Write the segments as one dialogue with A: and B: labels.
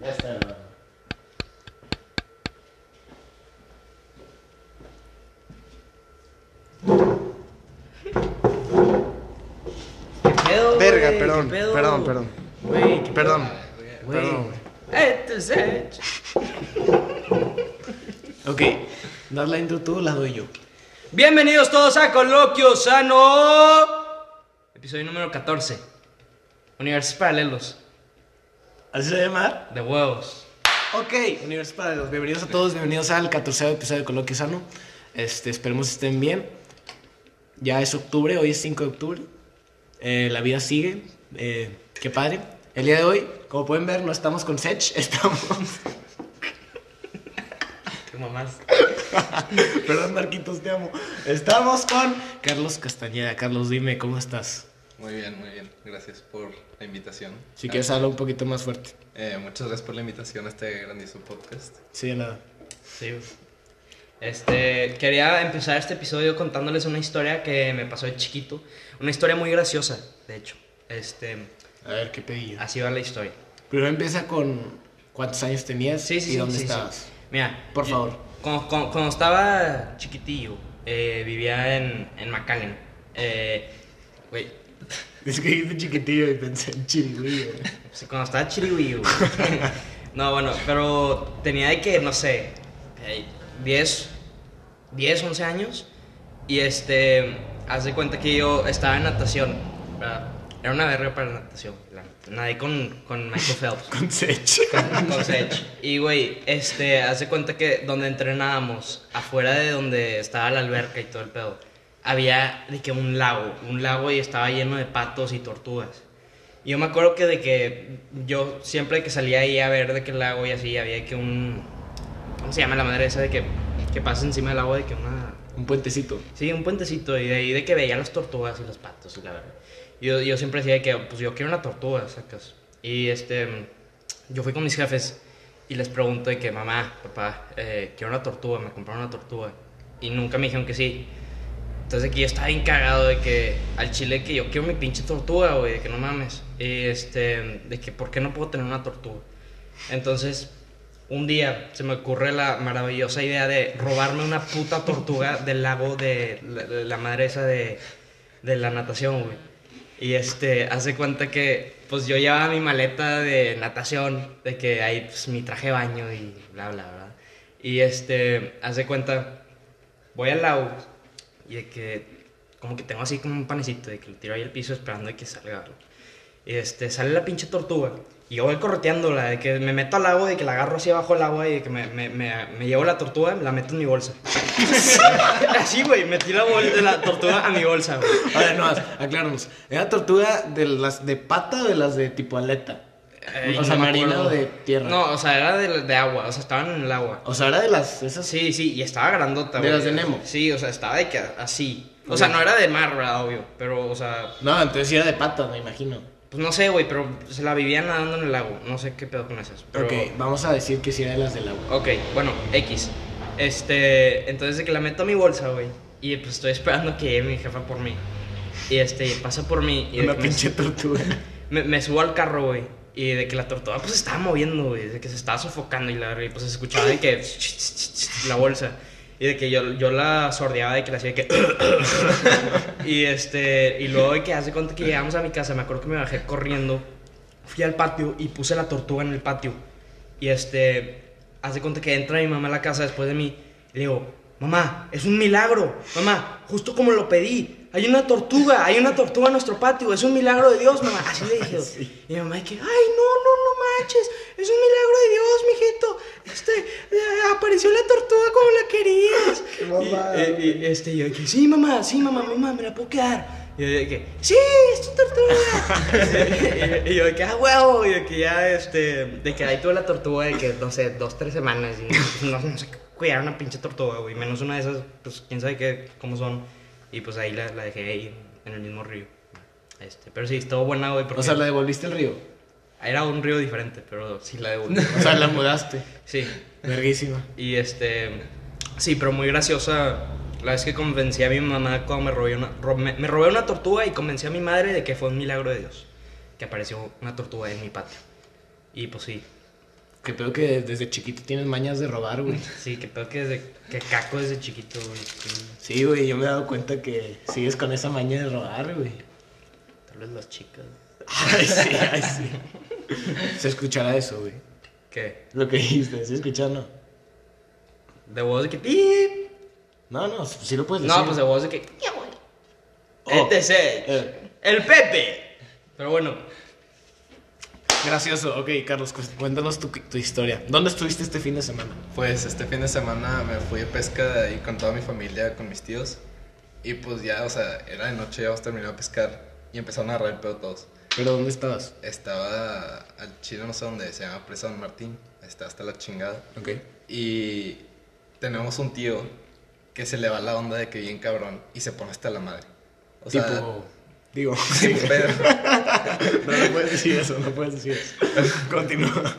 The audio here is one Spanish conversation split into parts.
A: Ya está, hermano.
B: ¿Qué pedo?
C: Verga,
B: güey?
C: perdón,
B: ¿Qué pedo?
C: perdón, perdón.
B: Güey, ¿qué
C: Perdón.
B: pedo, güey?
C: Perdón, güey.
B: Esto Este es hecho.
D: Ok, dar la intro tú, la doy yo.
B: Bienvenidos todos a Coloquio Sano. Episodio número 14. Universos paralelos.
D: ¿Así se va a llamar?
B: De huevos.
D: Ok, Universo para los bienvenidos a todos, bienvenidos al 14 episodio de Coloquio Sano. Este, esperemos estén bien. Ya es octubre, hoy es 5 de octubre. Eh, la vida sigue. Eh, qué padre. El día de hoy, como pueden ver, no estamos con Sech, estamos.
B: Qué mamás.
D: Perdón, Marquitos, te amo. Estamos con Carlos Castañeda. Carlos, dime, ¿cómo estás?
C: Muy bien, muy bien. Gracias por la invitación.
D: Si quieres, habla un poquito más fuerte.
C: Eh, muchas gracias por la invitación a este grandioso podcast.
D: Sí, de nada.
B: Sí. güey. Este, quería empezar este episodio contándoles una historia que me pasó de chiquito. Una historia muy graciosa, de hecho. Este,
D: A ver, ¿qué pedí
B: así va la historia.
D: Primero empieza con cuántos años tenías
B: Sí, sí,
D: y
B: sí,
D: dónde
B: sí,
D: estabas.
B: sí. Mira,
D: Por
B: yo-
D: favor.
B: Cuando, cuando- cuando estaba chiquitillo, eh, vivía en, en McAllen. Eh, güey,
D: Es que dijiste chiquitillo y pensé en chirigüillo.
B: sí, cuando estaba chirihuillo. güey. no, bueno, pero tenía de que, no sé, eh, 10, 10, 11 años. Y este, haz de cuenta que yo estaba en natación. ¿verdad? Era una verga para la natación. la neta. Nadé con, con Michael Phelps.
D: Con Sech.
B: con Sech. Y güey, este, hace cuenta que donde entrenábamos, afuera de donde estaba la alberca y todo el pedo, había de que un lago, un lago y estaba lleno de patos y tortugas. Y yo me acuerdo que de que yo siempre que salía ahí a ver de que el lago y así, había de que un. ¿Cómo se llama la madre esa de que, que pasa encima del agua de que una.
D: Un puentecito.
B: Sí, un puentecito, y de ahí de que veía las tortugas y los patos, y la verdad. Yo, yo siempre decía de que, pues yo quiero una tortuga, sacas. Y este, yo fui con mis jefes y les pregunto de que, mamá, papá, eh, quiero una tortuga, me compraron una tortuga. Y nunca me dijeron que sí. Entonces aquí yo estaba bien cagado de que al chile que yo quiero mi pinche tortuga, güey, de que no mames. Y este, de que por qué no puedo tener una tortuga. Entonces, un día se me ocurre la maravillosa idea de robarme una puta tortuga del lago de la, de la madre esa de, de la natación, güey. Y este, hace cuenta que, pues yo llevaba mi maleta de natación, de que ahí, pues mi traje de baño y bla, bla, bla. Y este, hace cuenta, voy al lago y de que, como que tengo así como un panecito, de que lo tiro ahí al piso esperando de que salga algo. Y este, sale la pinche tortuga. Y yo voy correteándola, de que me meto al agua, de que la agarro así abajo del agua y de que me, me, me- me llevo la tortuga, la meto en mi bolsa. así, güey, metí la, bol- la tortuga a mi bolsa, güey.
D: A ver, no, acláranos. ¿Era tortuga de las de pata o de las de tipo aleta?
B: Eh,
D: o sea,
B: no me
D: marina o
B: acuerdo.
D: de tierra.
B: No, o sea, era de, de agua, o sea, estaban en el agua.
D: O sea, era de las esas.
B: Sí, sí, y estaba grandota,
D: ¿De
B: güey.
D: las de Nemo?
B: Sí, o sea, estaba de que así. O sea, no era de mar, ¿verdad? Obvio, pero, o sea,
D: No, entonces sí era de pata, me imagino.
B: pues no sé, güey, pero se la vivían nadando en el lago. No sé qué pedo con esas. Pero...
D: Ok, vamos a decir que sí era de las del agua.
B: Ok, bueno, X. Este, entonces de que la meto a mi bolsa, güey. Y pues estoy esperando que llegue mi jefa por mí. Y este, pasa por mí. Y de
D: Una
B: que me-
D: pinche tortuga.
B: me, me subo al carro, güey. Y de que la tortuga pues se estaba moviendo, güey. De que se estaba sofocando y la verga. Y pues se escuchaba de que. La bolsa. Y de que yo, yo la sordeaba de que la hacía de que. y este. Y luego de que hace cuenta que llegamos a mi casa. Me acuerdo que me bajé corriendo. Fui al patio y puse la tortuga en el patio. Y este. Hace cuenta que entra mi mamá a la casa después de mí. Y le digo, mamá, es un milagro. Mamá, justo como lo pedí. Hay una tortuga, hay una tortuga en nuestro patio. Es un milagro de Dios, mamá. Así le dije. Y mi mamá de que, ay, no, no, no manches. Es un milagro de Dios, mijito. Este, eh, apareció la tortuga como la querías. Y, eh, y, este, yo de que, sí, mamá, sí, mamá, mamá, me la puedo quedar. Y yo de que, sí, es tu tortuga. y yo de que, ah, huevo. Y de que ya, este, de que ahí tuve la tortuga de que, no sé, dos, tres semanas. Y no, no sé cuidar una pinche tortuga, güey. Menos una de esas, pues quién sabe qué, cómo son. Y pues ahí la, la dejé ahí en el mismo río. Este, pero sí, estuvo buena, güey. Porque
D: O sea, la devolviste al río.
B: era un río diferente, pero sí la devolví.
D: O sea, la mudaste.
B: sí.
D: Verguísima.
B: Y este. Sí, pero muy graciosa. La vez que convencí a mi mamá cuando me robé una, ro- me, me robé una tortuga y convencí a mi madre de que fue un milagro de Dios. Que apareció una tortuga en mi patio. Y pues sí,
D: Que peor que desde chiquito tienes mañas de robar, güey.
B: Sí, que peor que desde que caco desde chiquito, güey. sí.
D: Sí, güey, yo me he dado cuenta que sigues con esa maña de robar, güey.
B: Tal vez las chicas.
D: Ay, sí, ay, sí. Se escuchará eso, güey.
B: ¿Qué?
D: Lo que dijiste, ¿sí escuchar no?
B: De voz de que. ¡pip!
D: No, no, sí lo puedes decir.
B: No, pues de voz de que.
D: Oh.
B: Este es el,
D: Eh.
B: el Pepe. Pero bueno,
D: Gracioso, ok, Carlos, cu- cuéntanos tu, tu historia. ¿Dónde estuviste este fin de semana?
C: Pues este fin de semana me fui de pesca y con toda mi familia, con mis tíos. Y pues ya, o sea, era de noche, ya terminado de pescar. Y empezaron a agarrar el pedo todos.
D: ¿Pero dónde estabas?
C: Estaba al chino, no sé dónde, se llama Presa Don Martín. Está hasta la chingada.
D: Ok.
C: Y tenemos un tío que se le va la onda de que bien cabrón y se pone hasta la madre. O sea,
D: tipo, digo,
C: sin pedo.
D: no, no puedes decir eso, no puedes decir eso. Continúa.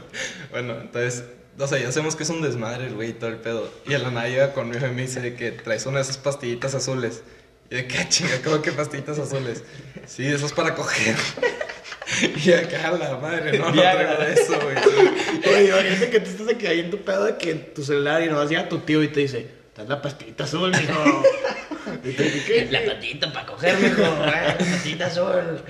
C: Bueno, entonces, o sea, ya sabemos que es un desmadre el güey y todo el pedo. Y a la nada llega conmigo y me dice de que traes una de esas pastillitas azules. Y de que, "Ah, chinga, ¿cómo que pastillitas azules? Sí, eso es para coger. Y acá, la madre, no, no
B: Ya,
C: traigo
B: güey.
C: de eso, güey.
D: Oye, imagínate que tú estás aquí ahí en tu pedo de que en tu celular y nomás llega tu tío y te dice, estás la pastillita azul, mijo. Y tú, ¿qué?
B: la patita para cogerme, mijo. ah, La patita sol.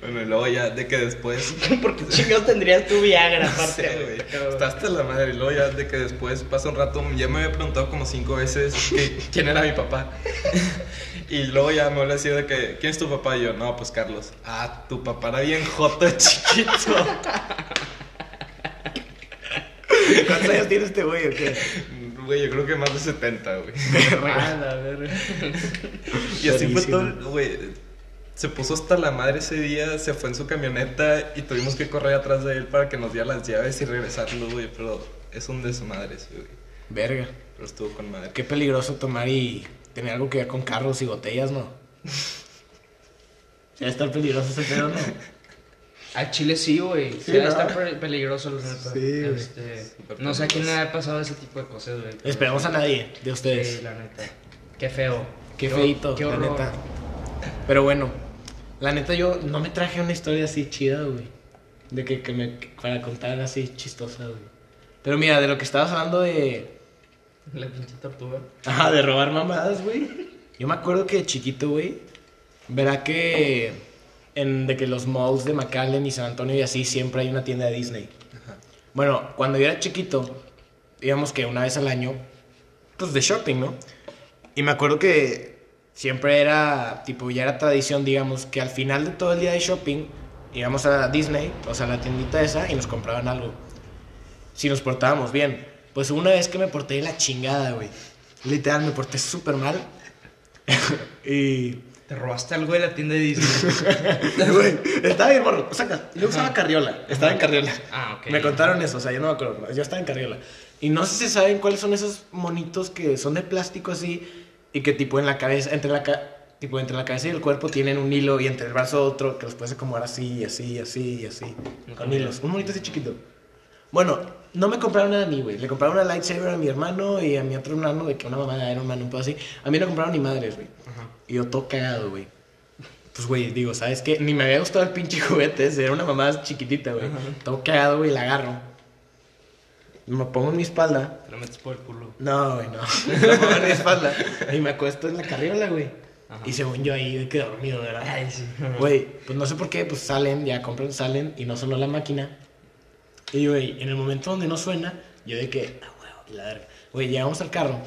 C: Bueno, y luego ya, de que después
B: ¿Por qué chingados tendrías tu Viagra
C: No
B: aparte,
C: sé,
B: güey?
C: güey.
B: Cabrón.
C: Está hasta la madre. Y luego ya de que después pasa un rato, ya me había preguntado como cinco veces que- quién era mi papá. y luego ya me habla así de que, ¿quién es tu papá? Y yo, no, pues Carlos. Ah, tu papá era bien joto de chiquito.
D: ¿Cuántos años tiene este güey o qué?
C: Güey, yo creo que más de 70, güey.
B: Ah, la verga.
C: Y así fue
D: Clarísimo.
C: todo, el- güey. Se puso hasta la madre ese día, se fue en su camioneta y tuvimos que correr atrás de él para que nos diera las llaves y regresarlo, güey. Pero es un desmadre, ese, güey.
D: Verga.
C: Pero estuvo con madre.
D: Qué peligroso tomar y tener algo que ver con carros y botellas, ¿no? Ya está peligroso ese pedo, ¿no?
B: Al Chile sí, güey. O sea,
D: Sí, ¿no?
B: Está pe- peligroso el neta.
D: Sí, güey.
B: Este,
C: Súper
B: no sé a quién le
C: peligroso.
B: ha pasado ese tipo de cosas, güey. pero-
D: Esperamos a nadie de
B: Sí,
D: ustedes.
B: la neta. Qué feo.
D: Qué feito,
B: qué
D: la
B: horror.
D: neta. Pero bueno, la neta yo no me traje una historia así chida, güey. De que, que me para contar así chistosa, güey. Pero mira, de lo que estabas hablando de
B: La pinche tortuga.
D: Ajá, de robar mamadas, güey. Yo me acuerdo que de chiquito, güey, verá que en de que los malls de McAllen y San Antonio y así siempre hay una tienda de Disney. Bueno, cuando yo era chiquito, digamos que una vez al año, pues de shopping, ¿no? Y me acuerdo que siempre era, tipo, ya era tradición, digamos, que al final de todo el día de shopping íbamos a Disney, o sea, a la tiendita esa, y nos compraban algo. Si nos portábamos bien. Pues una vez que me porté de la chingada, güey. Literal, me porté súper mal. y...
B: Te robaste algo de la tienda de Disney.
D: Güey, estaba bien morro. Saca. Yo usaba carriola. Estaba en carriola.
B: Ah, ok.
D: Me contaron eso, o sea, yo no me acuerdo. Yo estaba en carriola. Y no sé si saben cuáles son esos monitos que son de plástico así y que tipo en la cabeza, entre la ca- tipo entre la cabeza y el cuerpo tienen un hilo y entre el brazo otro que los puedes acomodar así, y así, y así, y así.
B: No
D: Con
B: sabía.
D: hilos. Un monito así chiquito. Bueno, no me compraron nada a mí, güey. Le compraron una lightsaber a mi hermano y a mi otro hermano de que una mamá de Iron Man, un poco así. A mí no compraron ni madres, güey.
B: Ajá.
D: Y yo todo cagado, güey. Pues, güey, digo, ¿sabes qué? Ni me había gustado el pinche juguete ese. Era una mamá chiquitita, güey.
B: Ajá.
D: Todo cagado, güey, la agarro. Me pongo en mi espalda.
B: Te lo metes por el culo.
D: No, güey, no. Me pongo en mi espalda. Y me acuesto en la carriola, güey.
B: Ajá.
D: Y según yo ahí, de que dormido, ¿verdad?
B: Ay, sí.
D: Güey, pues no sé por qué, pues salen, ya compran, salen y no sonó la máquina. Y, güey, en el momento donde no suena, yo de que, ah, huevo, y la verga. Güey, llegamos al carro.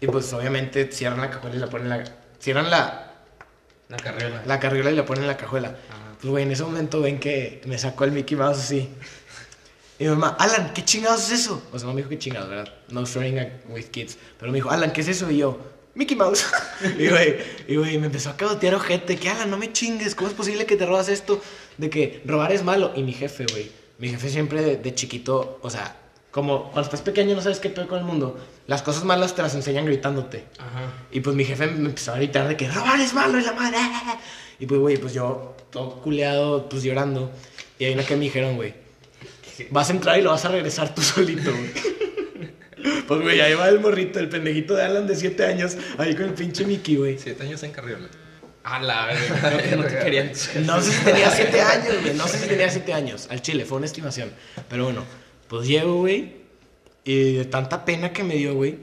D: Y pues obviamente cierran la cajuela y la ponen en la. Cierran la,
B: La carriola.
D: la carriola y la pone en la cajuela.
B: Ajá.
D: Pues, güey, en ese momento ven que me sacó el Mickey Mouse así. Y mi mamá, Alan, ¿qué chingados es eso? O sea, no me dijo qué chingados, ¿verdad? No swearing at- with kids. Pero me dijo, Alan, ¿qué es eso? Y yo, Mickey Mouse. y, güey, y, güey, me empezó a cagotear ojete. Que, Alan, no me chingues. ¿Cómo es posible que te robas esto? De que robar es malo. Y mi jefe, güey. Mi jefe siempre de, de chiquito, o sea, como cuando estás pequeño no sabes qué peor con el mundo. Las cosas malas te las enseñan gritándote.
B: Ajá.
D: Y pues mi jefe me empezó a gritar de que robar es malo y la madre. ah, ah, ah". Y pues, güey, pues yo todo culeado, pues llorando. Y ahí una que me dijeron, güey, vas a entrar y lo vas a regresar tú solito, güey. Pues, güey, ahí va el morrito, el pendejito de Alan de 7 años, ahí con el pinche Mickey, güey.
C: Siete años en carriola.
B: A la verga. Creo que no te querían.
D: No sé si tenía 7 años, güey, no sé si tenía 7 años. Al chile, fue una estimación. Pero bueno, Pues llego, güey. Y de tanta pena que me dio, güey.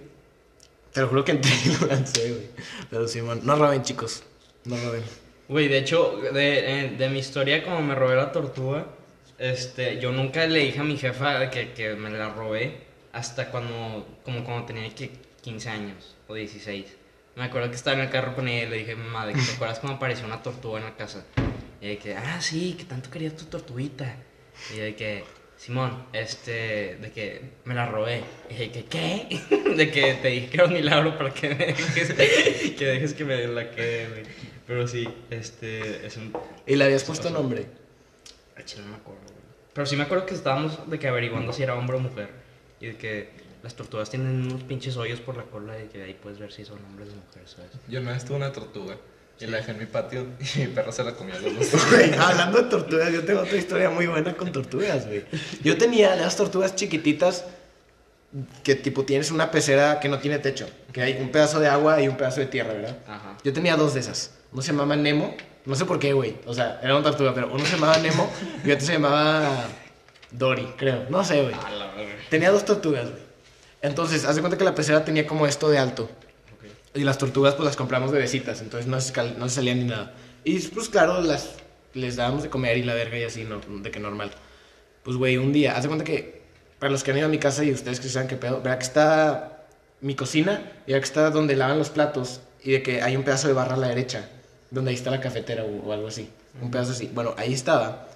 D: Te lo juro que entré y lo lancé, güey. Pero Simón, no roben, chicos. No roben.
B: Güey, de hecho, de, eh, de mi historia, como me robé la tortuga, este, yo nunca le dije a mi jefa que, que me la robé hasta cuando, como cuando tenía que 15 años o 16. Me acuerdo que estaba en el carro con ella y le dije, mamá, ¿de que ¿te acuerdas cuando apareció una tortuga en la casa? Y ella de que, ah, sí, que tanto querías tu tortuguita. Y yo de que, Simón, este, de que me la robé. Y ella de que, ¿qué? De que te dije que era un milagro para que me dejes que, dejes que me la quede, güey. Pero sí, este, es un...
D: Y le habías puesto nombre.
B: Al chile no me acuerdo, güey. Pero sí me acuerdo que estábamos de que averiguando si era hombre o mujer. Y de que las tortugas tienen unos pinches hoyos por la cola y que ahí puedes ver si son hombres o mujeres, ¿sabes?
C: Yo una vez tuve una tortuga y la dejé en mi patio y mi perro se la comió a los dos.
D: Güey, hablando de tortugas, yo tengo otra historia muy buena con tortugas, güey. Yo tenía las tortugas chiquititas que tipo tienes una pecera que no tiene techo, que hay un pedazo de agua y un pedazo de tierra, ¿verdad?
B: Ajá.
D: Yo tenía dos de esas. Uno se llamaba Nemo, no sé por qué, güey. O sea, era una tortuga, pero uno se llamaba Nemo y otro se llamaba Dory, creo. No sé, güey.
B: A la verga.
D: Tenía dos tortugas, güey. Entonces, haz de cuenta que la pecera tenía como esto de alto.
B: Ok.
D: Y las tortugas, pues las compramos bebecitas, entonces no se, cal- no se salían ni nada. Y pues claro, las, les dábamos de comer y la verga y así, no, de que normal. Pues güey, un día, haz de cuenta que para los que han ido a mi casa y ustedes que saben qué pedo, verá que está mi cocina y verá que está donde lavan los platos y de que hay un pedazo de barra a la derecha, donde ahí está la cafetera o, o algo así. Un pedazo así. Bueno, ahí estaba.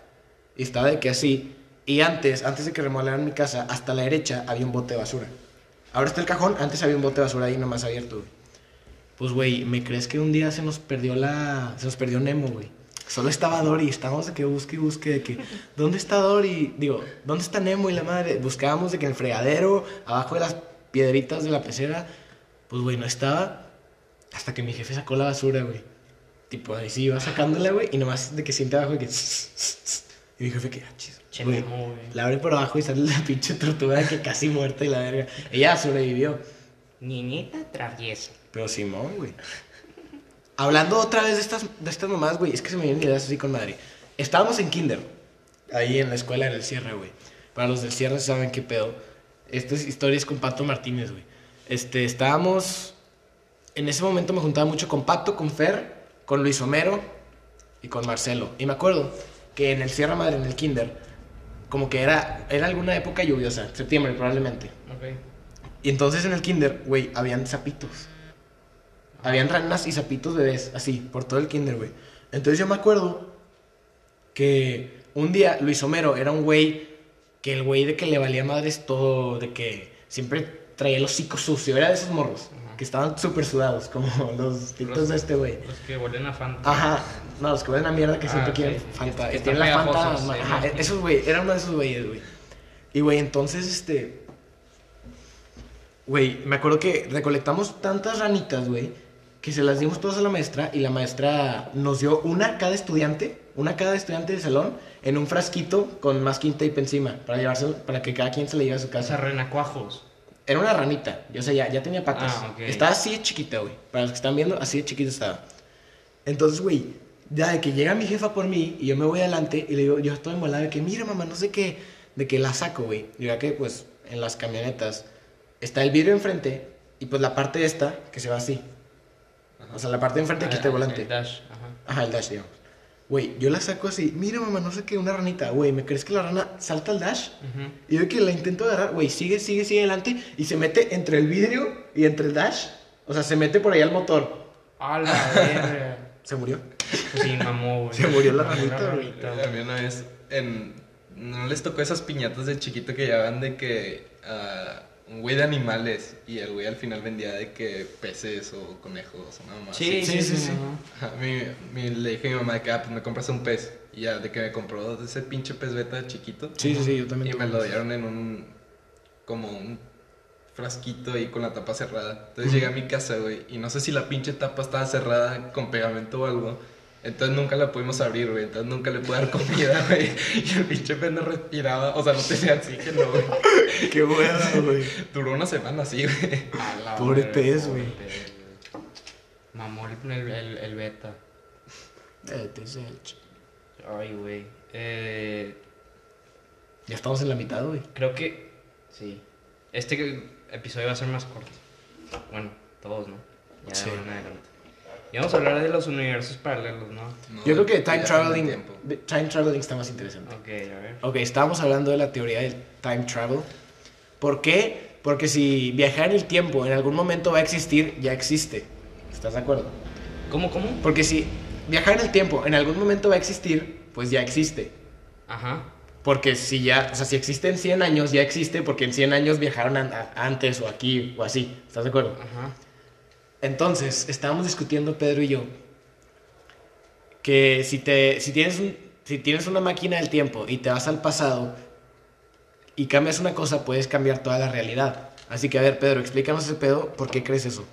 D: Y estaba de que así. Y antes, antes de que remodelaran mi casa, hasta la derecha había un bote de basura. Ahora está el cajón, antes había un bote de basura ahí nomás abierto, güey. Pues, güey, ¿me crees que un día se nos perdió la... Se nos perdió Nemo, güey? Solo estaba Dory, estábamos de que busque y busque, de que... ¿Dónde está Dory? Digo, ¿dónde está Nemo y la madre? Buscábamos de que en el fregadero, abajo de las piedritas de la pecera. Pues, güey, no estaba. Hasta que mi jefe sacó la basura, güey. Tipo, ahí sí iba sacándola, güey, y nomás de que siente abajo de que... Y mi jefe que... Ah, chis,
B: Che,
D: güey,
B: Nemo, güey.
D: la abre por abajo y sale la pinche tortuga que casi muerta y la verga. Ella sobrevivió.
B: Niñita traviesa.
D: Pero Simón, güey. Hablando otra vez de estas, de estas mamás, güey, es que se me vienen ideas así con madre. Estábamos en kinder, ahí en la escuela, en el cierre, güey. Para los del cierre saben qué pedo. Esta es- historia es con Pato Martínez, güey. Este, estábamos... En ese momento me juntaba mucho con Pato, con Fer, con Luis Homero y con Marcelo. Y me acuerdo que en el Sierra Madre, en el kinder, como que era, era alguna época lluviosa, septiembre probablemente.
B: Ok.
D: Y entonces en el kinder, güey, habían sapitos. Habían ranas y sapitos bebés, así, por todo el kinder, güey. Entonces yo me acuerdo que un día Luis Homero era un güey que el güey de que le valía madres todo, de que siempre traía el hocico sucio, era de esos morros,
B: Ajá.
D: que estaban súper sudados, como los titos de este güey.
B: Los pues que vuelven a Fanta.
D: Ajá, no, los que ven la mierda que
B: Ah,
D: siempre quieren
B: sí, sí,
D: Fanta.
B: que
D: Que
B: están
D: tienen la Fanta.
B: pegajosos, sí.
D: ajá, esos, güey, era uno de esos güeyes, güey. Y, güey, entonces, este. Güey, me acuerdo que recolectamos tantas ranitas, güey, que se las dimos todas a la maestra y la maestra nos dio una a cada estudiante, una a cada estudiante del salón, en un frasquito con masking tape encima, para llevárselo, para que cada quien se le lleve a su
B: O sea,
D: casa.
B: renacuajos.
D: Era una ranita, yo sé, ya, ya tenía patas.
B: Ah, ok.
D: Estaba así de chiquita, güey. Para los que están viendo, así de chiquita estaba. Entonces, güey, ya de que llega mi jefa por mí y yo me voy adelante y le digo, yo estoy molada de que, mira, mamá, no sé qué, de que la saco, güey. Y ya que, pues, en las camionetas está el vidrio enfrente y, pues, la parte esta que se va así. O sea, la parte de enfrente que está el
B: Ah,
D: volante.
B: El dash, ajá.
D: Ajá, el dash, digamos. Güey, yo la saco así, mira, mamá, no sé qué, una ranita. Güey, ¿me crees que la rana salta al dash?
B: Ujú.
D: Y yo que la intento agarrar, güey, sigue, sigue, sigue adelante y se mete entre el vidrio y entre el dash. O sea, se mete por ahí al motor.
B: A la verga.
D: Se murió.
B: Pues sí, mamó, güey.
D: Se murió la
B: Mamó
D: ranita, güey.
B: ranita,
C: Eh, A mí una vez, en, no les tocó esas piñatas de chiquito que llevaban de que ah, un güey de animales y el güey al final vendía de que peces o conejos o nada más.
B: Sí, sí,
D: Sí,
B: sí.
D: sí, sí.
B: mamó.
C: A mí, mi- le dije a mi mamá de que ah, pues me compras un pez. Y ya de que me compró ese pinche pez beta chiquito.
D: Sí, sí, sí, yo también.
C: Y me lo dieron en un. como un frasquito ahí con la tapa cerrada. Entonces llegué a mi casa, güey, y no sé si la pinche tapa estaba cerrada con pegamento o algo. Entonces nunca la pudimos abrir, güey. Entonces nunca le pude dar comida, güey. Y el pinche pez no respiraba. O sea, no tenía oxígeno, güey.
D: Qué bueno, güey.
C: Duró una semana así, güey.
B: A la
D: Pobre
B: verga,
D: pez,
B: pobre
D: güey.
B: pez, güey. Mamó el, el, el- el beta.
D: Eh,
B: Ay, güey. Eh,
D: Ya estamos en la mitad, güey.
B: Creo que sí. Este episodio va a ser más corto. Bueno, todos, ¿no? Ya
D: Sí.
B: de ahora en adelante. Y vamos a hablar de los universos paralelos, ¿no?
C: No,
D: Yo creo que
C: ya
D: time
C: no hay
D: traveling,
C: tiempo.
D: de- time traveling está más interesante.
B: Ok, a ver.
D: Ok, estábamos hablando de la teoría del time travel. ¿Por qué? Porque si viajar en el tiempo en algún momento va a existir, ya existe. ¿Estás de acuerdo?
B: ¿Cómo, cómo?
D: Porque si viajar en el tiempo en algún momento va a existir, pues ya existe.
B: Ajá.
D: Porque si ya, o sea, si existe en 100 años, ya existe porque en 100 años viajaron an- a- antes o aquí o así. ¿Estás de acuerdo?
B: Ajá.
D: Entonces, estábamos discutiendo Pedro y yo que si te si tienes un- si tienes una máquina del tiempo y te vas al pasado y cambias una cosa, puedes cambiar toda la realidad. Así que a ver, Pedro, explícanos ese pedo, ¿por qué crees eso?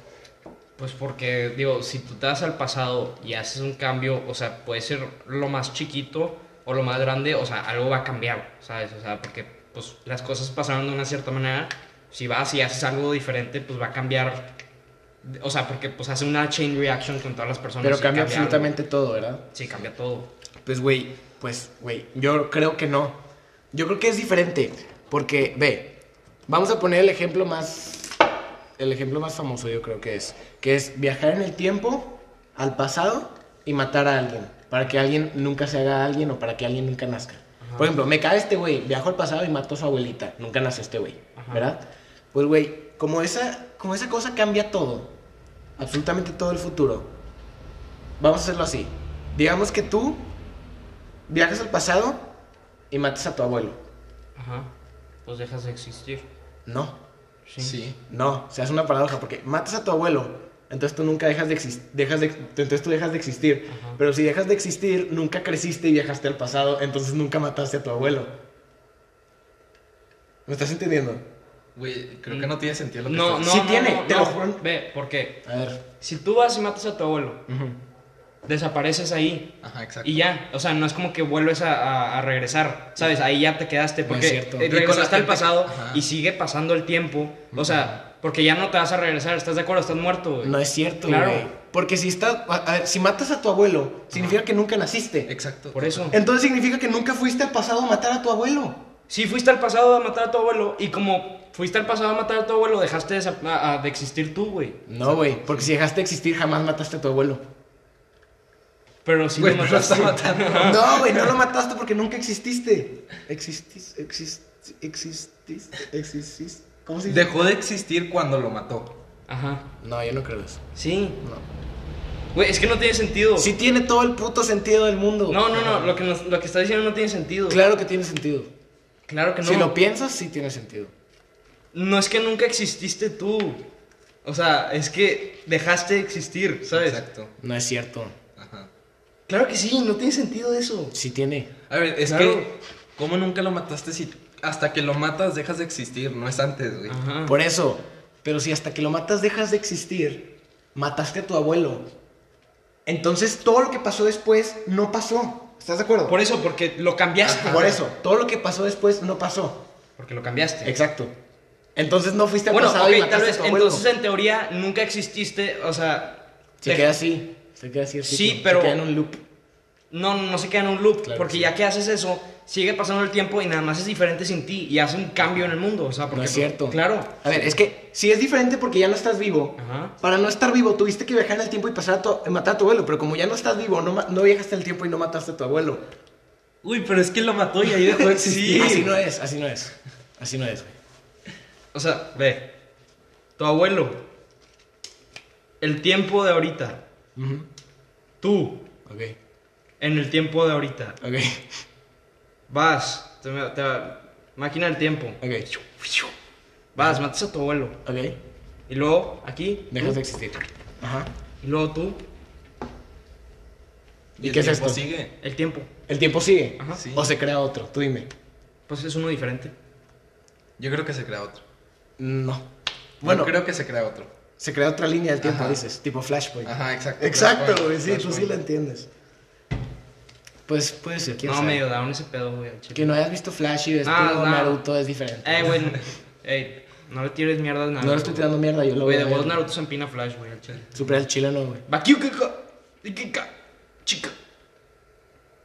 B: Pues porque, digo, si tú te das al pasado y haces un cambio, o sea, puede ser lo más chiquito o lo más grande, o sea, algo va a cambiar, ¿sabes? O sea, porque pues las cosas pasaron de una cierta manera, si vas y haces algo diferente, pues va a cambiar, o sea, porque pues hace una chain reaction con todas las personas.
D: Pero
B: y
D: cambia
B: algo.
D: absolutamente todo, ¿verdad?
B: Sí, cambia todo.
D: Pues, güey, pues, güey, yo creo que no. Yo creo que es diferente. Porque, ve, vamos a poner el ejemplo más. El ejemplo más famoso, yo creo que es. Que es viajar en el tiempo, al pasado y matar a alguien. Para que alguien nunca se haga alguien o para que alguien nunca nazca. Por ejemplo, me cae este güey, viajo al pasado y mato a su abuelita. Nunca nació este güey,
B: Ajá.
D: ¿verdad? Pues, güey, como esa, como esa cosa cambia todo, absolutamente todo el futuro, vamos a hacerlo así. Digamos que tú viajas al pasado y matas a tu abuelo.
B: Ajá. Pues dejas de existir.
D: No,
C: Sí.
D: no, se hace una paradoja porque matas a tu abuelo, entonces tú nunca dejas de existir, dejas de, entonces tú dejas de existir.
B: Ajá.
D: Pero si dejas de existir, nunca creciste y viajaste al pasado, entonces nunca mataste a tu abuelo. ¿Me estás entendiendo?
C: Güey, creo que no tiene sentido lo que
B: Mm. No, no,
C: estás
D: Sí
B: no,
D: tiene,
B: no,
D: te
B: no.
D: lo juro.
B: Ve, ¿por qué?
D: A ver.
B: Si tú vas y matas a tu abuelo,
D: ujú.
B: desapareces ahí,
C: Ajá, exacto.
B: Y ya, o sea, no es como que vuelves a, a- a regresar, ¿sabes? Ahí ya te quedaste
D: No
B: porque
D: es cierto.
B: eh,
C: Y con
B: regresaste
C: la
B: al
C: gente-
B: pasado
C: Ajá.
B: y sigue pasando el tiempo, o sea, porque ya no te vas a regresar, ¿estás de acuerdo? Estás muerto, güey.
D: No es cierto,
B: Claro.
D: güey. Porque si está, a- a ver, si matas a tu abuelo, significa que nunca naciste.
C: Exacto.
B: Por eso.
D: Entonces significa que nunca fuiste al pasado a matar a tu abuelo.
B: Si fuiste al pasado a matar a tu abuelo y como fuiste al pasado a matar a tu abuelo, dejaste de, sa- a- a- de existir tú, güey.
D: No, güey, porque si dejaste de existir jamás mataste a tu abuelo.
B: Pero si
C: Güey,
B: no
C: pero lo
B: mataste.
C: está matando.
D: No, güey, no lo mataste porque nunca exististe. Exististe, exististe, exististe, exististe. ¿Cómo se dice?
C: Dejó de existir cuando lo mató.
B: Ajá.
D: No, yo no creo eso.
B: Sí.
D: No.
B: Güey, es que no tiene sentido.
D: Sí tiene todo el puto sentido del mundo.
B: No, no, no, lo que, nos- lo que está diciendo no tiene sentido.
D: Claro que tiene sentido.
B: Claro que no.
D: Si lo piensas, sí tiene sentido.
B: No es que nunca exististe tú. O sea, es que dejaste de existir, ¿sabes?
C: Exacto.
D: No es cierto.
C: Ajá.
B: Claro que sí, no tiene sentido eso.
D: Sí tiene.
C: A ver, es
B: Claro.
C: que. ¿Cómo nunca lo mataste si hasta que lo matas dejas de existir? No es antes, güey.
B: Ajá.
D: Por eso. Pero si hasta que lo matas dejas de existir, mataste a tu abuelo. Entonces todo lo que pasó después no pasó. ¿Estás de acuerdo?
B: Por eso, porque lo cambiaste.
D: Por eso, todo lo que pasó después no pasó.
B: Porque lo cambiaste.
D: Exacto. Entonces no fuiste al
B: Bueno,
D: pasado y
B: ok, tal
D: mataste
B: vez.
D: a tu abuelo.
B: Entonces, en teoría, nunca exististe. O sea.
D: se
B: te-
D: queda así. Se queda así. el
B: Sí,
D: ciclo,
B: pero-
D: Se queda en un loop.
B: No, no se queda en un loop.
D: Claro
B: porque
D: que sí.
B: ya que haces eso, sigue pasando el tiempo y nada más es diferente sin ti. Y hace un cambio en el mundo. O sea, porque.
D: No es cierto.
B: Claro.
D: A ver, es que si es diferente porque ya no estás vivo.
B: Ajá.
D: Para no estar vivo tuviste que viajar en el tiempo y pasar a tu- matar a tu abuelo. Pero como ya no estás vivo, no, ma- no viajaste en el tiempo y no mataste a tu abuelo.
C: Uy, pero es que lo mató y ahí dejó de existir.
D: Así no es, así no es. Así no es, güey.
B: O sea, ve. Tu abuelo. El tiempo de ahorita.
D: Ujú.
B: Tú.
D: Ok,
B: En el tiempo de ahorita.
D: ok,
B: Vas, te, te, máquina del tiempo.
D: ok.
B: Vas, matas a tu abuelo.
D: Ok,
B: Y luego, aquí.
D: dejas de existir. Ajá.
B: Y luego tú,
D: ¿Y,
C: el
D: qué es
C: tiempo
D: esto?
C: Sigue.
B: el tiempo.
D: ¿El tiempo sigue?
B: Ajá.
C: Sí.
D: ¿O se crea otro? Tú dime.
B: Pues es uno diferente.
C: Yo creo que se crea otro.
D: No. Bueno,
C: Bueno, creo que se crea otro.
D: se crea otra línea del tiempo,
C: Ajá.
D: dices, tipo Flashpoint.
C: Ajá, exacto.
D: Exacto,
C: Flashpoint,
D: güey, sí, tú sí
C: flashpoint.
D: la entiendes. Pues puede ser, quién
B: No,
D: sabe.
B: medio down ese pedo, güey. al chile.
D: Que no hayas visto Flash y ves
B: No,
D: puro
B: no.
D: Naruto es diferente.
B: Eh, güey. Ey, no le tires mierda a Naruto.
D: no le estoy tirando mierda, yo
B: Güey,
D: lo voy
B: de
D: a ver.
B: voz Naruto se empina Flash, güey, al chile.
D: Supera el chileno, güey.
B: Bakyukika, ikika, chica.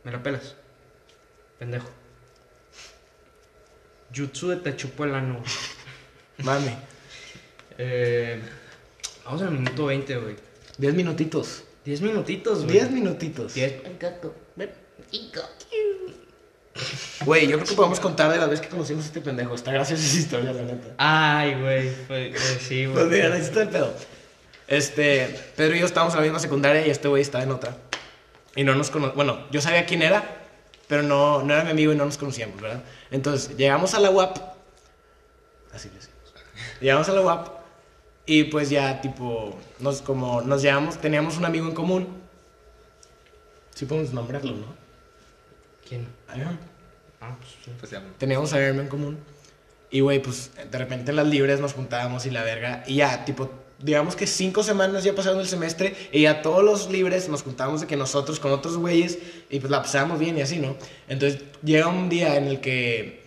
B: Me la pelas. Pendejo. Jutsu de te chupo el ano. güey.
D: Mami,
B: Eh, vamos al minuto 20, güey.
D: 10 minutitos.
B: 10 minutitos, güey.
D: 10 minutitos.
B: 10.
D: Güey, yo creo que podemos contar de la vez que conocimos a este pendejo. Está graciosa esa historia, la neta.
B: Ay, güey. fue- eh, sí,
D: Pues mira,
B: güey.
D: ahí está el pedo. Este, Pedro y yo estábamos en la misma secundaria y este güey estaba en otra. Y no nos conocíamos. Bueno, yo sabía quién era, pero no, no era mi amigo y no nos conocíamos, ¿verdad? Entonces, llegamos a la UAP. Así le decimos. Llegamos a la UAP y pues ya, tipo, nos, como nos llevamos, teníamos un amigo en común. Sí podemos nombrarlo, ¿no?
B: ¿Quién?
D: Iron.
B: Ah, pues sí.
C: Pues ya,
D: teníamos a verme en común. Y, güey, pues de repente en las libres nos juntábamos y la verga. Y ya, tipo, digamos que cinco semanas ya pasaron el semestre. Y ya todos los libres nos juntábamos de que nosotros con otros güeyes. Y pues la pasábamos bien y así, ¿no? Entonces llega un día en el que.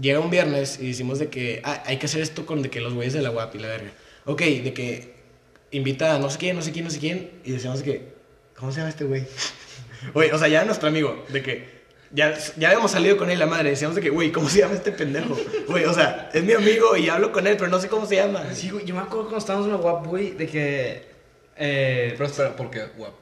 D: Llega un viernes y decimos de que ah, hay que hacer esto con de que los güeyes de la guap y la verga. Ok, de que invita a no sé quién, no sé quién, no sé quién. Y decíamos de que, ¿cómo se llama este güey? Güey, o sea, ya era nuestro amigo, de que ya, ya habíamos salido con él, la madre. Decíamos de que, güey, ¿cómo se llama este pendejo? Güey, o sea, es mi amigo y hablo con él, pero no sé cómo se llama.
B: Sí, güey, yo me acuerdo cuando estábamos en la guap, güey, de que. eh,
C: Pero espera, porque guapo.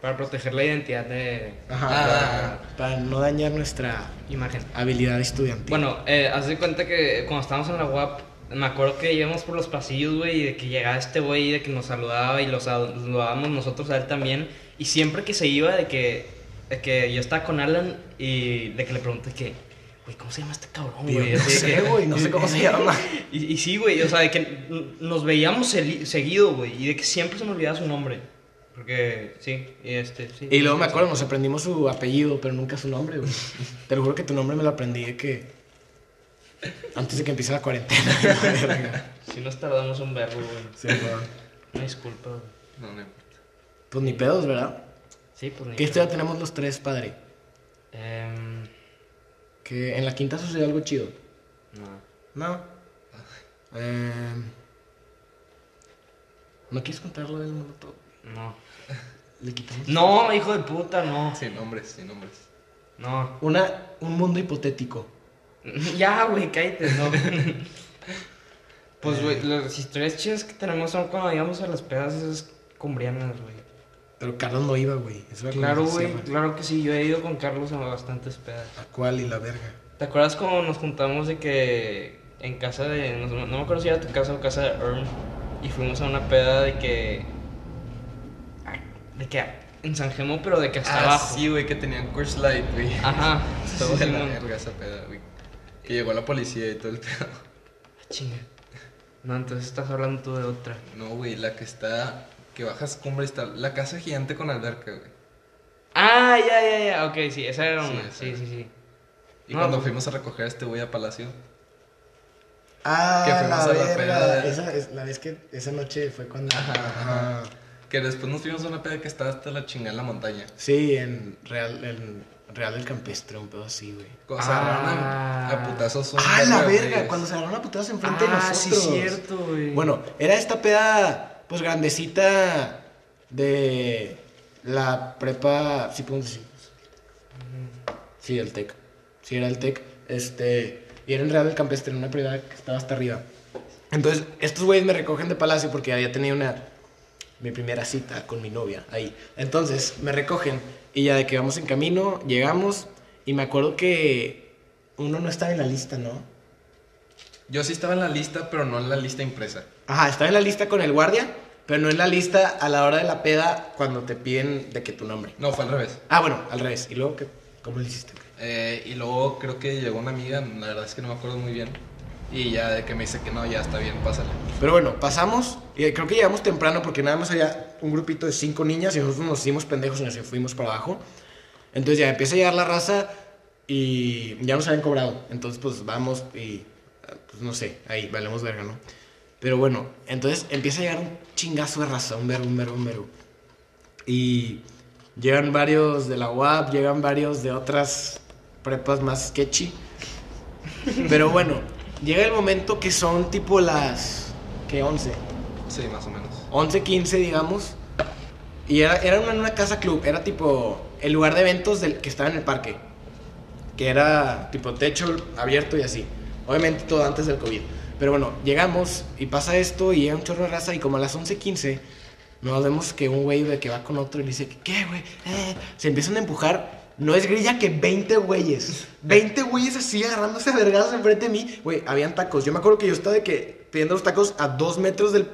B: para proteger la identidad de.
D: Ajá,
C: Ah,
D: para,
C: ah,
D: para no dañar nuestra
B: Imagen.
D: habilidad estudiantil.
B: Bueno, eh, haz de cuenta que cuando estábamos en la UAP, me acuerdo que íbamos por los pasillos, güey, y de que llegaba este güey, y de que nos saludaba y lo sal- saludábamos nosotros a él también. Y siempre que se iba, de que, de que yo estaba con Alan y de que le pregunté que, güey, ¿cómo se llama este cabrón,
D: Tío,
B: güey?
D: no
B: Así de
D: sé,
B: que-
D: güey, no sé cómo se llama.
B: Y, y sí, güey, o sea, de que n- nos veíamos seli- seguido, güey, y de que siempre se me olvidaba su nombre. Porque, sí, y este, sí.
D: Y luego me acuerdo, nos aprendimos su apellido, pero nunca su nombre, güey. Te lo juro que tu nombre me lo aprendí de que. Antes de que empiece la cuarentena. la verga.
B: Si nos tardamos un verbo, güey.
D: Sí, güey.
B: Una disculpa, güey.
C: No, no.
D: Pues ni pedos, ¿verdad?
B: Sí, pues ni
D: ¿Qué
B: pedo.
D: historia tenemos los tres, padre?
B: Em,
D: Que en la quinta sucedió algo chido.
B: no.
D: No. Eh, ¿No quieres contarlo del molotov?
B: No.
D: Le quitamos.
B: No, hijo de puta, no.
C: Sin nombres, sin nombres.
B: No.
D: Una, un mundo hipotético.
B: Ya, güey, cállate, no. pues, güey, las historias chidas que tenemos son cuando íbamos a las pedas esas cumbrianas, güey.
D: Pero Carlos no iba, güey. Eso era
B: Claro,
D: cuando se
B: güey,
D: cierra.
B: claro que sí. Yo he ido con Carlos a bastantes pedas.
D: ¿A cuál y la verga?
B: ¿Te acuerdas cuando nos juntamos de que en casa de. No, no me acuerdo si era tu casa o casa de Erm. Y fuimos a una peda de que. De que en San Gemo, pero de que hasta
C: Ah,
B: abajo.
C: sí, güey, que tenían Curse Light, güey.
D: Ah,
B: Ajá.
C: Estuvo de la
B: Simón.
C: verga esa peda, güey. Que llegó la policía y todo el pedo.
B: Chinga. No, entonces estás hablando tú de otra.
C: No, güey, la que está. Que bajas cumbre está. La casa gigante con alberca, güey.
B: Ah, ya, ya, ya. Ok, sí, esa era
C: Sí,
B: una.
C: esa
B: Sí, sí,
C: era.
B: sí.
C: Y
B: No,
C: cuando
B: pues-
C: fuimos a recoger a este güey a Palacio.
D: Ah,
C: Que fuimos a la peda.
D: Esa, es- la vez que esa noche fue cuando.
C: Ajá, ajá.
D: Ajá.
C: Que después nos fuimos a una peda que estaba hasta la chingada en la montaña.
D: Sí, en Real, en Real del Campestre, un pedo así, güey.
C: Cosa
B: Ah.
C: rara, a putazos un
D: Ah, la
C: vergo de
D: verga,
C: güeyes.
D: cuando se agarraron a putadas enfrente de
B: ah,
D: nosotros.
B: sí, cierto, güey.
D: Bueno, era esta peda, pues grandecita de la prepa, sí podemos decir. Sí, el TEC. Sí, era el TEC. Este, y era en Real del Campestre, en una privada que estaba hasta arriba. Entonces, estos güeyes me recogen de Palacio porque había tenido una mi primera cita con mi novia ahí. Entonces, me recogen y ya de que vamos en camino, llegamos y me acuerdo que uno no estaba en la lista, ¿no?
C: Yo sí estaba en la lista, pero no en la lista impresa.
D: Ajá, está en la lista con el guardia, pero no en la lista a la hora de la peda cuando te piden de que tu nombre.
C: No, fue al revés.
D: Ah, bueno, al revés. ¿Y luego qué? ¿Cómo lo hiciste? güey?
C: Eh, y luego creo que llegó una amiga, la verdad es que no me acuerdo muy bien. Y ya de que me dice que no, ya está bien, pásale.
D: Pero bueno, pasamos y creo que llegamos temprano porque nada más había un grupito de cinco niñas y nosotros nos hicimos pendejos y nos fuimos para abajo. Entonces ya empieza a llegar la raza y ya nos habían cobrado. Entonces pues vamos y ah, pues no sé, ahí valemos verga, ¿no? Pero bueno, entonces empieza a llegar un chingazo de raza, un verbo, un verbo, un verbo. Y llegan varios de la UAP, llegan varios de otras prepas más sketchy. Pero bueno, llega el momento que son tipo las... que 11?
C: Sí, más o menos.
D: 11, 15 digamos. Y era, era una, una casa club, era tipo el lugar de eventos del, que estaba en el parque. que era tipo techo abierto y así. Obviamente todo antes del COVID. Pero bueno, llegamos y pasa esto y llega un chorro de raza y como a las 11:15 nos vemos que un güey de que va con otro y le dice, ¿qué, güey? Eh", Se empiezan a empujar. No es grilla que 20 güeyes. 20 güeyes así agarrándose a vergados enfrente de mí. Güey, habían tacos. Yo me acuerdo que yo estaba de que pidiendo los tacos a dos metros del,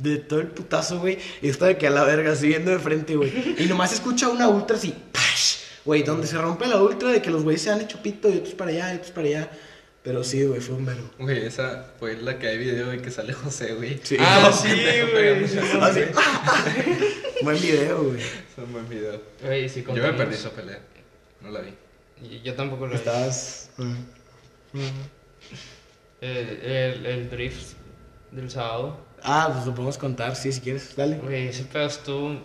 D: de todo el putazo, güey. Y yo estaba de que a la verga, así viendo de frente, güey. Y nomás escucha una ultra así, ¡pash! Güey, donde se rompe la ultra de que los güeyes se han hecho pito y otros para allá y otros para allá. Pero sí, güey, fue un verbo.
C: Güey, esa fue la que hay video de que sale José, güey.
D: Sí. Ah,
B: Ah,
C: Como
B: sí,
C: pendejo,
B: güey.
C: pegando
B: Sí,
C: chazos,
D: sí.
C: güey.
D: Buen video, güey.
C: Es un buen video.
B: Oye, sí,
C: Yo me
B: contamos.
C: perdí esa pelea. No la vi.
B: Y Yo tampoco lo vi.
D: Estabas. mm.
B: El, Eh, el, el drift del sábado.
D: Ah, pues lo podemos contar, sí, si quieres. Dale.
B: Güey, ese pedo estuvo.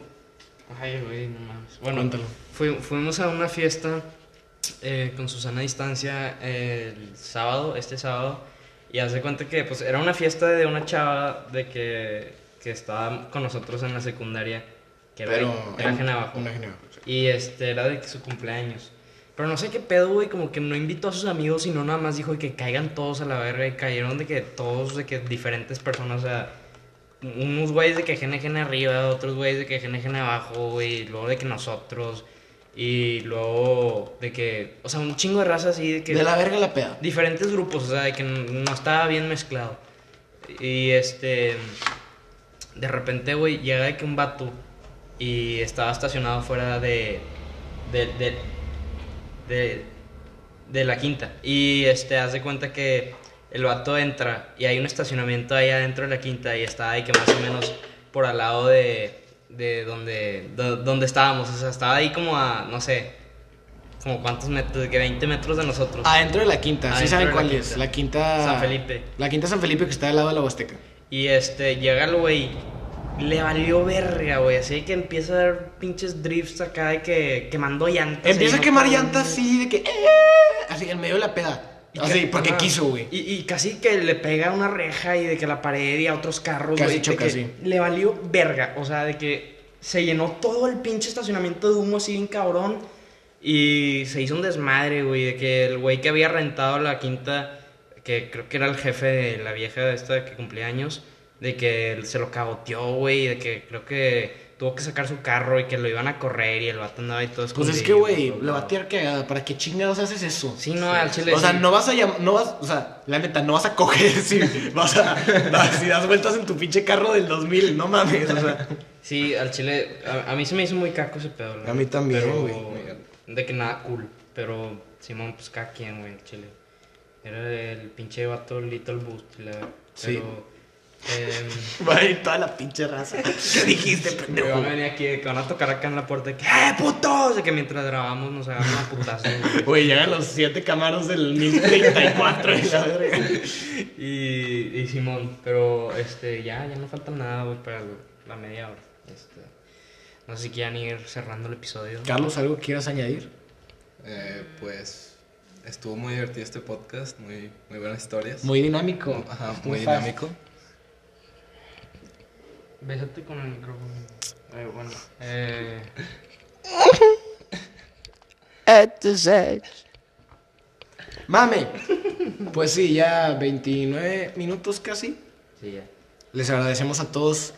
B: Ay, güey, no mames. Bueno,
D: Cuéntalo.
B: fui- fuimos a una fiesta eh, con Susana a distancia el sábado, este sábado. Y hace cuenta que, pues, era una fiesta de una chava de que, que estaba con nosotros en la secundaria. Que era,
D: Pero.
B: de- era Gen Abajo.
D: Una Gen Abajo, sí.
B: Y este, era de que su cumpleaños. Pero no sé qué pedo, güey, como que no invitó a sus amigos, sino nada más dijo que caigan todos a la verga y cayeron de que todos, de que diferentes personas, o sea, unos güeyes de que GNG arriba, otros güeyes de que GNG abajo, güey, y luego de que nosotros, y luego de que, o sea, un chingo de raza así, de que
D: De la verga la peda.
B: diferentes grupos, o sea, de que n- no estaba bien mezclado. Y este. De repente, güey, llega de que un vato y estaba estacionado fuera de. de. de. de, de la quinta. Y este, haz de cuenta que el vato entra y hay un estacionamiento ahí adentro de la quinta y está ahí que más o menos por al lado de. de donde. do- donde estábamos. O sea, estaba ahí como a. no sé. como cuántos metros, de que 20 metros de nosotros.
D: Adentro de Ah, la quinta, sí
B: Adentro
D: saben
B: de Ah, la
D: cuál
B: quinta.
D: es. La quinta.
B: San Felipe.
D: La quinta San Felipe que está al lado de la Huasteca.
B: Y este, llega el güey. Le valió verga, güey. Así que empieza a dar pinches drifts acá de que quemando llantas.
D: Empieza
B: ahí,
D: a
B: ¿no?
D: quemar
B: Con-
D: llantas así de que. ¡eh! Así en medio de la peda.
B: Y
D: Así,
B: ca-
D: Ah, porque
B: ajá.
D: quiso, güey.
B: Y, y casi que le pega a una reja y de que la pared y a otros carros.
D: Casi
B: güey, de
D: choca,
B: que
D: sí.
B: Le valió verga. O sea, de que se llenó todo el pinche estacionamiento de humo así bien cabrón. Y se hizo un desmadre, güey. De que el güey que había rentado la quinta, que creo que era el jefe de la vieja esta que cumplía años, de que se lo cagoteó, güey. De que creo que tuvo que sacar su carro y que lo iban a correr y el vato andaba y todo
D: Pues es que,
B: escondido,
D: güey,
B: todo
D: le va a
B: cagado.
D: tirar cagada. ¿Para qué chingados haces eso?
B: Sí, no, al chile.
D: O sea,
B: sí.
D: no vas a llamar, no vas, o sea, la neta, no vas a coger si vas a, vas- si das vueltas en tu pinche carro del 2000, no mames, o sea.
B: Sí, al chile, a, a mí se me hizo muy caco ese pedo. la
D: A mí
B: neta,
D: también,
B: pero-
D: güey.
B: De que nada cool, pero Simón, pues cada quien, güey, al chile. Era el pinche vato Little Boost, la
D: Sí.
B: Pero, eh,
D: Va a ir toda la pinche raza. ¿Qué dijiste,
B: me
D: pendejo?
B: van a venir aquí, de que van a tocar acá en la puerta, de que, ¡eh, puto! O sea, que mientras grabamos nos agarran a putazos, güey.
D: Güey, llegan los siete camaros del 1034 y la verga.
B: Y, y Simón, pero este, ya, ya no falta nada, güey, para la media hora. Este, no sé si quieran ir cerrando el episodio.
D: Carlos, ¿algo quieras añadir?
C: Eh, pues estuvo muy divertido este podcast, muy, muy buenas historias.
D: Muy dinámico.
C: Ajá, muy dinámico.
B: Bésate con el micrófono. Eh, bueno. Eh,
D: Mame. Pues sí, ya 29 minutos casi.
B: sí, ya.
D: Les agradecemos a todos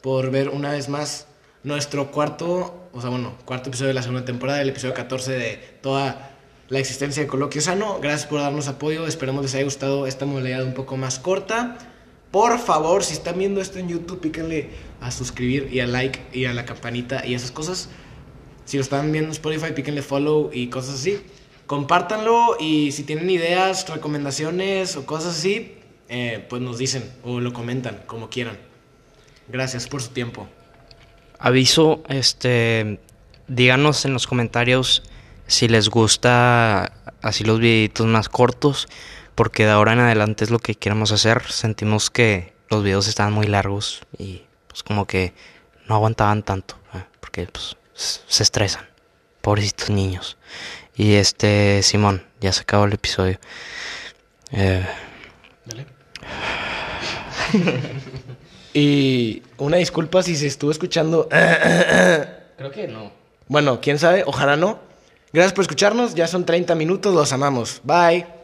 D: por ver una vez más nuestro cuarto, o sea, bueno, cuarto episodio de la segunda temporada, el episodio 14 de toda la existencia de Coloquio Sano. Gracias por darnos apoyo, esperamos les haya gustado esta modalidad un poco más corta. Por favor, si están viendo esto en YouTube, píquenle a suscribir y a like y a la campanita y esas cosas. Si lo están viendo en Spotify, píquenle follow y cosas así. Compártanlo y si tienen ideas, recomendaciones o cosas así, eh, pues nos dicen o lo comentan, como quieran. Gracias por su tiempo.
B: Aviso, este, díganos en los comentarios si les gusta así los videitos más cortos, porque de ahora en adelante es lo que queremos hacer. Sentimos que los videos estaban muy largos y pues como que no aguantaban tanto, ¿eh? porque pues s- se estresan, pobrecitos niños. Y este, Simón, ya se acabó el episodio. Eh,
D: Y una disculpa si se estuvo escuchando.
B: Creo que no.
D: Bueno, quién sabe, ojalá no. Gracias por escucharnos. Ya son 30 minutos. Los amamos. Bye.